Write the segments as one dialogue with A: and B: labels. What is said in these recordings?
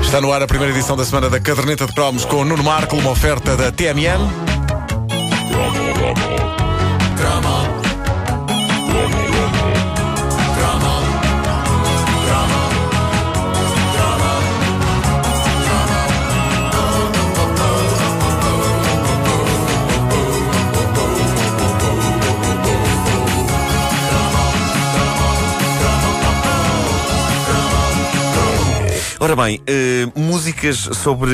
A: Está no ar a primeira edição da semana da Caderneta de Cromos com o Nuno Marco, uma oferta da TMN.
B: Ora bem, eh, músicas sobre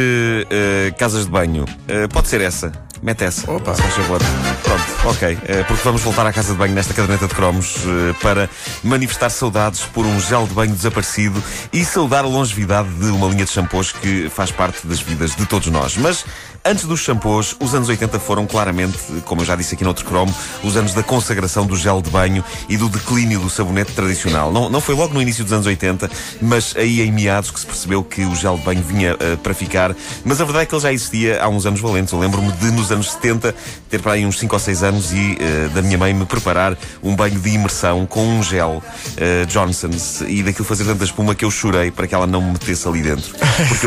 B: eh, casas de banho. Eh, pode ser essa. Mete essa.
A: Opa.
B: Se faz favor. Pronto, ok. Eh, porque vamos voltar à casa de banho nesta caderneta de cromos eh, para manifestar saudades por um gel de banho desaparecido e saudar a longevidade de uma linha de shampoos que faz parte das vidas de todos nós. Mas antes dos shampoos, os anos 80 foram claramente, como eu já disse aqui no outro cromo, os anos da consagração do gel de banho e do declínio do sabonete tradicional. Não, não foi logo no início dos anos 80, mas aí em meados que se percebeu que o gel de banho vinha eh, para ficar. Mas a verdade é que ele já existia há uns anos valentes. Eu lembro-me de, nos anos 70, ter para aí uns 5 ou 6 anos e eh, da minha mãe me preparar um banho de imersão com um gel eh, Johnson's e daquilo fazer tanta espuma que eu chorei para que ela não me metesse ali dentro. Porque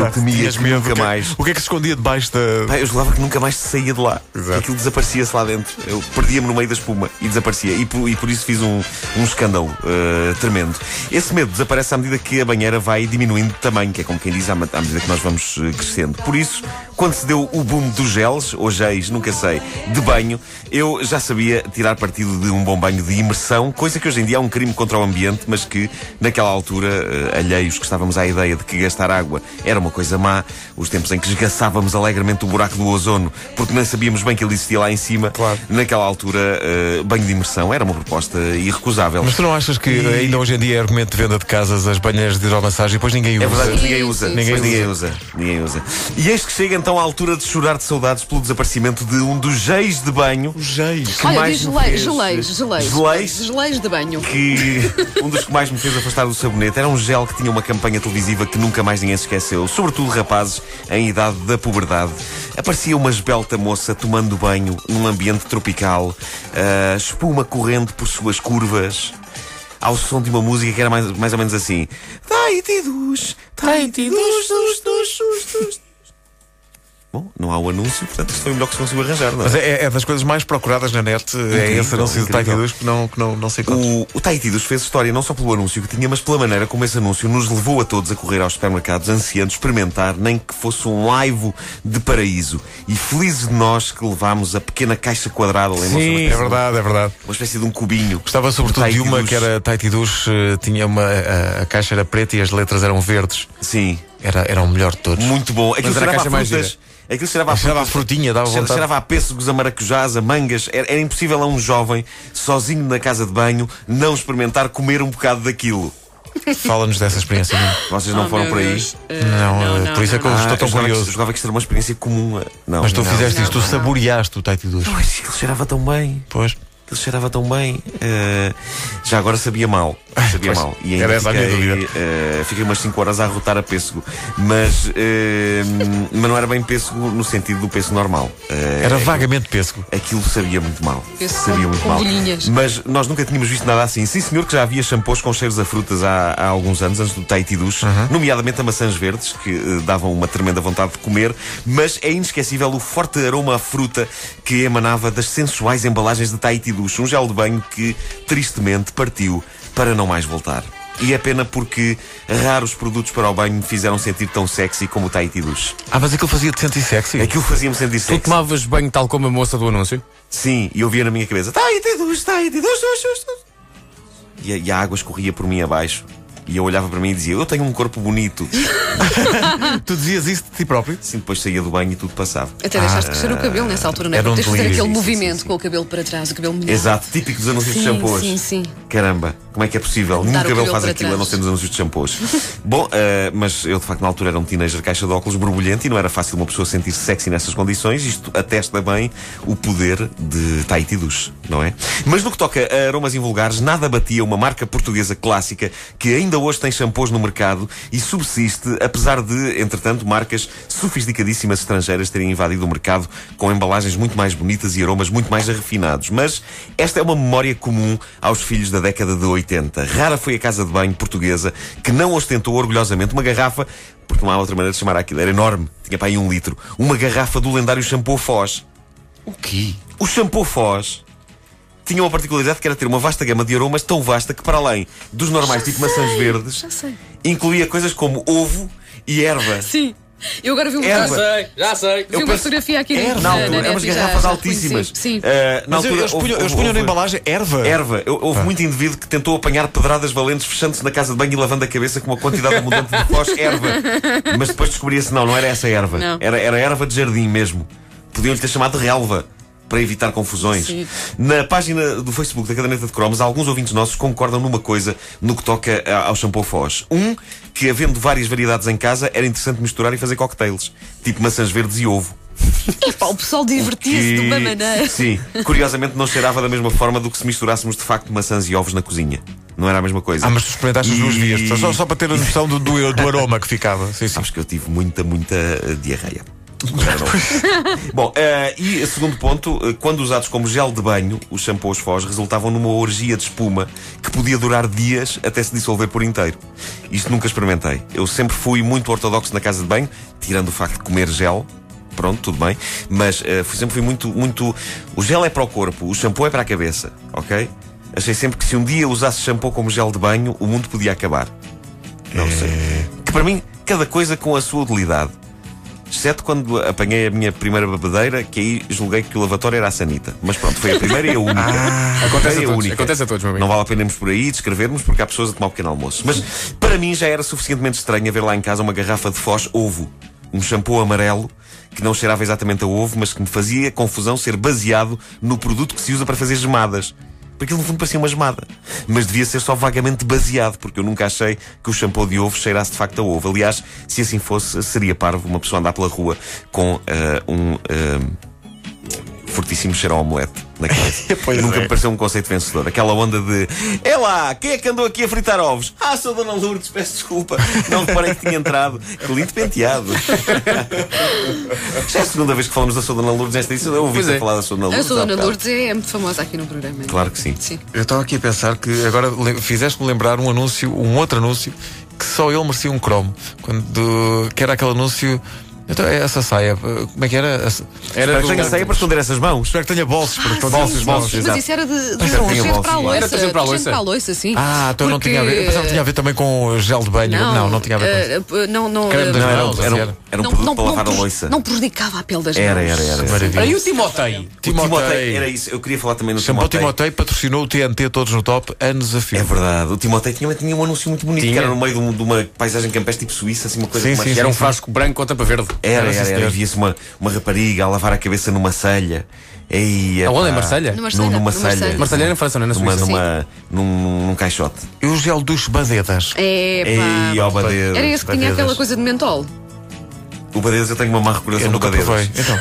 B: eu temia
A: Tinhas
B: que
A: medo do
B: nunca
A: que-
B: mais.
A: O que é que se escondia debaixo da.
B: Pá, eu jurava que nunca mais saía de lá.
A: Eh, Exato.
B: Aquilo desaparecia-se lá dentro. Eu perdia-me no meio da espuma e desaparecia. E por, e por isso fiz um, um escândalo uh, tremendo. Esse medo desaparece à medida que a banheira vai diminuindo de tamanho, que é como quem diz, à, ma- à medida que nós vamos uh, crescendo. Por isso, quando se deu o boom dos gels, ou géis, nunca sei, de banho, eu já sabia tirar partido de um bom banho de imersão, coisa que hoje em dia é um crime contra o ambiente, mas que naquela altura, eh, alheios que estávamos à ideia de que gastar água era uma coisa má, os tempos em que esgaçávamos alegremente o buraco do ozono porque nem sabíamos bem que ele existia lá em cima,
A: Claro.
B: naquela altura, eh, banho de imersão era uma proposta irrecusável.
A: Mas tu não achas que
B: E-
A: ainda hoje em dia é argumento de venda de casas as banheiras de hidromassagem e depois ninguém usa?
B: É verdade,
C: Sim,
B: ninguém
C: sim,
B: usa.
C: sim.
B: Ninguém,
A: Ninguém
B: ninguém usa. Ninguém usa. E eis que chega então à altura de chorar de saudades pelo desaparecimento de um dos geis de banho
A: Os geis.
B: que
C: Olha,
B: mais
C: diz
B: me
C: geleis,
B: fez-
C: geleis, geleis.
B: Geleis?
C: Geleis de banho.
B: que um dos que mais me fez afastar do sabonete era um gel que tinha uma campanha televisiva que nunca mais ninguém se esqueceu, sobretudo rapazes em idade da puberdade. Aparecia uma esbelta moça tomando banho num ambiente tropical, ah, espuma correndo por suas curvas, ao som de uma música que era mais, mais ou menos assim: Dai-te dos, dai-te dos, dos, dos, dos, dos. Bom, não há o anúncio, portanto, isto foi o melhor que se conseguiu arranjar, não é?
A: Mas é, é das coisas mais procuradas na net, é
B: Incrível,
A: esse anúncio de
B: incrível.
A: Taiti 2 que não, que não, não sei quantos.
B: O, o Tahiti dos fez história não só pelo anúncio que tinha, mas pela maneira como esse anúncio nos levou a todos a correr aos supermercados ansiando experimentar, nem que fosse um laivo de paraíso. E felizes de nós que levámos a pequena caixa quadrada, lembram-se? Uma
A: Sim,
B: espécie-
A: é verdade, é verdade.
B: Uma espécie de um cubinho.
A: Gostava sobretudo
B: Tahiti
A: de uma
B: dos-
A: que era Taiti Dush, eh, tinha uma. A, a caixa era preta e as letras eram verdes.
B: Sim,
A: Era, era o melhor de todos.
B: muito bom. Aquilo
A: Mas era a
B: cheirava
A: caixa mais
B: frutas. Aquilo cheirava a
A: Cheirava a
B: frutas.
A: frutinha, dava
B: Cheira-
A: vontade.
B: Cheirava a pêssegos, a maracujás, a mangas. Era, era impossível a um jovem, sozinho na casa de banho, não experimentar comer um bocado daquilo.
A: Fala-nos dessa experiência. Nuno.
B: Vocês não
C: Oh,
B: foram
C: meu
B: por aí?
C: Deus. Eh,
A: Não, eh, por isso é que eu estou tão
B: jurava Ah, que-
A: curioso.
B: jurava que isto era uma experiência comum. Ah, Não,
A: Mas tu
B: não.
A: fizeste
C: Não,
A: isto, tu
C: não.
A: saboreaste o Taiti Dush.
B: Pois, ele cheirava tão bem.
A: Pois.
B: Ele cheirava tão bem. Eh, já agora sabia mal. Sabia
A: Pois,
B: mal. E ainda
A: era essa a minha
B: fiquei,
A: dúvida.
B: eh, fiquei umas 5 horas a rotar a pêssego. Mas, eh, mas não era bem pêssego no sentido do pêssego normal. Eh,
A: Era vagamente pêssego.
B: Aquilo sabia muito mal.
C: Pêssego
B: sabia muito
C: com
B: mal.
C: bolhinhas.
B: Mas nós nunca tínhamos visto nada assim. Sim, senhor, que já havia shampoos com cheiros a frutas há, há alguns anos, antes do Tahiti Dush, nomeadamente a maçãs verdes, que eh, davam uma tremenda vontade de comer, mas é inesquecível o forte aroma à fruta que emanava das sensuais embalagens de Tahiti Dush, um gel de banho que, tristemente, partiu para não mais voltar. E é pena porque raros produtos para o banho me fizeram sentir tão sexy como o Tahiti Dush.
A: Ah, mas aquilo fazia-te sentir sexy?
B: Aquilo fazia-me sentir sexy.
D: Tu tomavas banho tal como a moça do anúncio?
B: Sim, e eu via na minha cabeça: tá aí, tem duas, tá aí, tem duas, duas, duas, duas." E a, e a água escorria por mim abaixo. E eu olhava para mim e dizia: Eu tenho um corpo bonito.
A: Tu dizias isso de ti próprio?
B: Assim depois saía do banho e tudo passava.
C: Até deixaste crescer o cabelo nessa altura, não é?
A: era um
C: Tens de fazer
A: delírio,
C: aquele
B: sim, sim,
C: movimento
B: sim.
C: com o cabelo para trás, o cabelo molhado.
B: Exato, típico dos anúncios de
C: Sim,
B: shampoos.
C: sim, sim.
B: Caramba, como é que é possível?
C: Dar
B: Nenhum
C: o
B: cabelo
C: cabelo
B: faz
C: para
B: aquilo a
C: trás.
B: não ser nos anúncios de shampoos. Bom, eh, mas eu de facto na altura era um teenager caixa de óculos borbulhante e não era fácil uma pessoa sentir sexy nessas condições. Isto atesta bem o poder de Tahiti Dush, não é? Mas no que toca a aromas invulgares, nada batia uma marca portuguesa clássica que ainda hoje tem shampoos no mercado e subsiste, apesar de, entretanto, marcas sofisticadíssimas estrangeiras terem invadido o mercado com embalagens muito mais bonitas e aromas muito mais refinados. Mas esta é uma memória comum aos filhos da década de 80. 80. Rara foi a casa de banho portuguesa que não ostentou orgulhosamente uma garrafa, porque não há outra maneira de chamar aquilo, era enorme, tinha para aí um litro, uma garrafa do lendário shampoo Foz.
D: O quê?
B: O shampoo Foz tinha uma particularidade que era ter uma vasta gama de aromas tão vasta que, para além dos normais
C: Já
B: tipo maçãs
C: sei,
B: verdes,
C: já sei.
B: incluía coisas como ovo e erva.
C: Sim. Eu agora vi um
B: Erva.
C: bocado.
E: sei, já sei.
C: Vi uma
B: penso-
C: fotografia aqui
B: Era, É,
C: na-
B: na
C: na
B: altura,
C: net
B: eram umas
C: e já-
B: garrafas
C: já
B: altíssimas.
C: reconheci. Sim.
B: Ah, na
A: Mas eu,
B: altura,
A: eles punham,
B: houve-
A: eles punham
B: houve- Ah.
A: na embalagem erva.
B: Erva. Eu- Houve muito indivíduo que tentou apanhar pedradas valentes fechando-se na casa de banho e lavando a cabeça com uma quantidade abundante de pós erva. Mas depois descobria-se, não, não era essa erva.
C: Não.
B: Era, era erva de jardim mesmo. Podiam-lhe ter chamado de relva. Para evitar confusões.
C: Sim.
B: Na página do Facebook da Caderneta de Cromos, alguns ouvintes nossos concordam numa coisa no que toca a- ao shampoo Foz. Um, que havendo várias variedades em casa, era interessante misturar e fazer cocktails. Tipo maçãs verdes e ovo.
C: Epá, o pessoal divertia-se de
B: Que-
C: uma maneira.
B: Sim, curiosamente não cheirava da mesma forma do que se misturássemos de facto maçãs e ovos na cozinha. Não era a mesma coisa.
A: Ah, mas tu experimentaste as duas
B: E-
A: vias. Só, só para ter a noção do, do, do aroma que ficava. Sim, sim.
B: Sabes que eu tive muita, muita eh, diarreia. Já não. Bom, eh, e segundo ponto, eh, quando usados como gel de banho, os shampoos Foz resultavam numa orgia de espuma que podia durar dias até se dissolver por inteiro. Isto nunca experimentei. Eu sempre fui muito ortodoxo na casa de banho, tirando o facto de comer gel. Pronto, tudo bem. Mas eh, fui- sempre fui muito, muito. O gel é para o corpo, o shampoo é para a cabeça, ok? Achei sempre que se um dia usasse shampoo como gel de banho, o mundo podia acabar. Não sei. Que para mim, cada coisa com a sua utilidade. Exceto quando apanhei a minha primeira babadeira, que aí julguei que o lavatório era a sanita. Mas pronto, foi a primeira e a única.
D: Acontece
B: Primeira
D: a
B: e
D: todos, acontece a todos, meu amigo.
B: Não vale a pena irmos por aí e descrevermos, porque há pessoas a tomar um pequeno almoço. Mas para mim já era suficientemente estranho haver lá em casa uma garrafa de foz ovo, um shampoo amarelo, que não cheirava exatamente a ovo, mas que me fazia confusão ser baseado no produto que se usa para fazer gemadas. Porque aquilo no fundo parecia uma gemada. Mas devia ser só vagamente baseado, porque eu nunca achei que o shampoo de ovo cheirasse de facto a ovo. Aliás, se assim fosse, seria parvo uma pessoa andar pela rua com ah, um. ah, fortíssimo cheiro a omelete na cabeça.
A: Pois
B: Nunca
A: é.
B: me pareceu um conceito vencedor. Aquela onda de é lá, quem é que andou aqui a fritar ovos? Ah, sou Dona Lourdes, peço desculpa. Não reparei que tinha entrado. Que lindo penteado. Já é a segunda vez que falamos da sua Dona Lourdes nesta edição. Eu ouvi
D: Pois é.
B: falar da sua Dona
C: A
B: Lourdes.
C: sua
B: há
C: Dona
B: bocado.
C: Lourdes é muito famosa aqui no programa.
B: Claro que sim.
C: Sim.
A: Eu estava aqui a pensar que agora le- fizeste-me lembrar um anúncio, um outro anúncio, que só ele merecia um cromo. Quando, que era aquele anúncio. Então, é essa saia, eh, como é que era? Essa-
D: Era
B: Espero que tenha saia para esconder essas mãos.
A: Espero que tenha bolsos,
C: Ah,
A: porque estão
B: Bolsos, bolsos,
C: Mas
B: exato.
C: isso era de, de
B: Mas era um
C: gente
B: bolso,
C: para a
B: sim.
C: loiça.
D: Era trazer para a
C: gente
D: loiça.
C: para a loiça, sim.
A: Ah, então não
C: Porque,
A: tinha a ver. Eu pensava que tinha a ver também com gel de banho. Não, não tinha a ver com isso.
C: eh, eh, Não, não,
D: Creme
C: eh,
D: de
B: Não, era,
D: Não,
B: um- era um-
D: era.
B: era um produto para lavar a
C: preju-
B: louça.
C: Não prejudicava a pele das
B: Era,
C: mãos.
B: era, era. era.
A: Maravilha.
D: Aí o Timotei.
B: Timotei, era isso. Eu queria falar também no
A: Shampoo
B: Timotei.
A: Timotei patrocinou o TNT Todos no Top, anos a fio.
B: É verdade, o Timotei tinha, tinha um anúncio muito bonito,
D: Tinha.
B: que era no meio de, um- de uma paisagem campestre tipo suíça, assim, uma coisa
A: Sim,
B: com uma
A: sim,
D: E era um
A: sim.
D: frasco branco com tampa verde.
B: Era,
A: Era, sim,
B: era, era.
A: senhor.
B: Via-se uma, uma rapariga a lavar a cabeça numa selha. Ei,
D: Aonde?
B: epá.
D: Em Marselha?
C: No Marselha,
B: Num-
C: no
B: Numa
C: Marselha.
B: selha.
D: Marselha era na França, não é na
B: Numa,
D: Suíça.
B: numa, num, num caixote.
A: E o gel dos badedas.
C: É,
B: Ei,
C: pá.
B: ó, Badedas.
C: Era esse que tinha
B: Badedas.
C: aquela coisa de mentol.
B: O Badedas, eu tenho uma má recordação
A: Eu
B: do
A: nunca
B: Badedas.
A: provei. Então.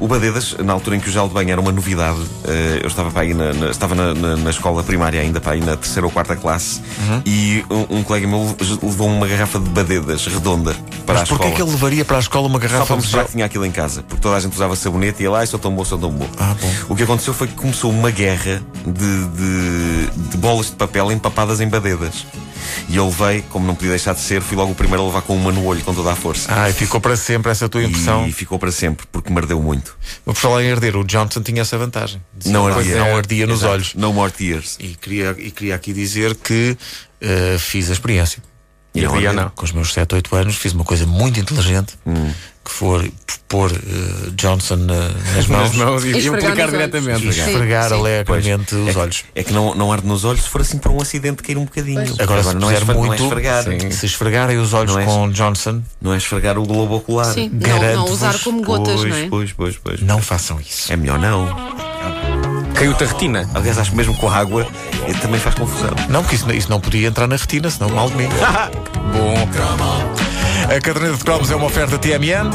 B: O Badedas, na altura em que o gel de banho era uma novidade, eh, eu estava, para aí na, na- estava na, na- na escola primária ainda, para aí na terceira ou quarta classe,
A: Uhum.
B: e um, um colega meu lev- levou uma garrafa de Badedas redonda para a
A: Mas porquê
B: escola.
A: é que ele levaria para a escola uma
B: Só para
A: garrafa de
B: mostrar
A: gel?
B: que tinha aquilo em casa, porque toda a gente usava sabonete e ia lá e sou tão bom, sou tão bom.
A: Ah, bom.
B: O que aconteceu foi que começou uma guerra de, de- de bolas de papel empapadas em badedas. E eu levei, como não podia deixar de ser, fui logo o primeiro a levar com uma no olho, com toda a força.
A: Ai, ficou para sempre essa tua impressão.
B: e ficou para sempre, porque me ardeu muito.
A: Mas por falar em arder, o Johnson tinha essa vantagem. Dizia
B: Não
A: que
B: ardia.
A: não ardia nos
B: é. Exato.
A: olhos.
B: No more tears.
A: E queria, e queria aqui dizer que eh, fiz a experiência.
B: E não Hum.
A: Eu,
B: ardia.
A: Com os meus 7, 8 anos, fiz uma coisa muito inteligente, que foi pôr eh, Johnson na- nas mãos
D: Nas mãos e e
C: Esfregar
D: aplicar
C: nos olhos.
A: e
D: diretamente.
C: Esfregar.
A: esfregar
C: Sim, sim.
A: alegremente os olhos.
B: É que não, não arde nos olhos se for assim por um acidente cair um bocadinho.
A: Agora, se um
B: não, é
A: puser
B: esfre- não é
A: muito,
B: esfregar.
A: se esfregarem os olhos
B: Não é-
A: com Johnson,
B: Não é esfregar o globo ocular.
C: Sim, não, não
A: Garanto-vos,
C: usar como gotas,
B: pois,
C: não é?
B: pois, pois, pois.
A: não façam isso.
B: É melhor não.
D: Caiu-te a retina.
B: Aliás, acho que mesmo com a água eh, também faz confusão.
A: Não, porque isso, isso não podia entrar na retina, senão mal de mim.
D: Bom.
A: A caderneta de cromos é uma oferta TMN.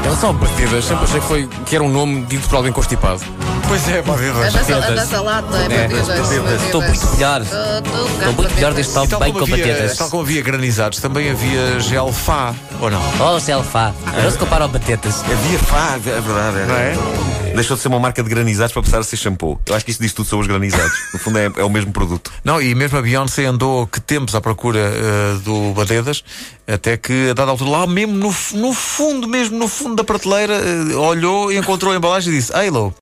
D: Em relação a batidas, sempre achei que, foi, que era um nome dito por alguém constipado.
A: Pois é, pá,
C: A
A: dedas.
C: das, a das a lata, é
D: Patetas,
C: batidas.
E: Estou muito melhor.
C: Estou
E: Estou muito melhor deste
A: E
E: tal
A: tal
E: bem
A: como,
E: com
A: havia,
E: batetas.
A: tal como havia granizados, também havia gel fá, ou não?
E: Oh, Selfá, não se compara ao batetas.
B: Havia fá, é verdade. Era.
A: Não é?
B: Deixou de ser uma marca de granizados para passar a ser shampoo. Eu acho que isso diz tudo sobre os granizados. No fundo, é, é o mesmo produto.
A: Não, e mesmo a Beyoncé andou que tempos à procura eh, do Badedas, até que a dada altura, lá mesmo no, f- no fundo, mesmo no fundo da prateleira, eh, olhou, encontrou a embalagem e disse: Halo,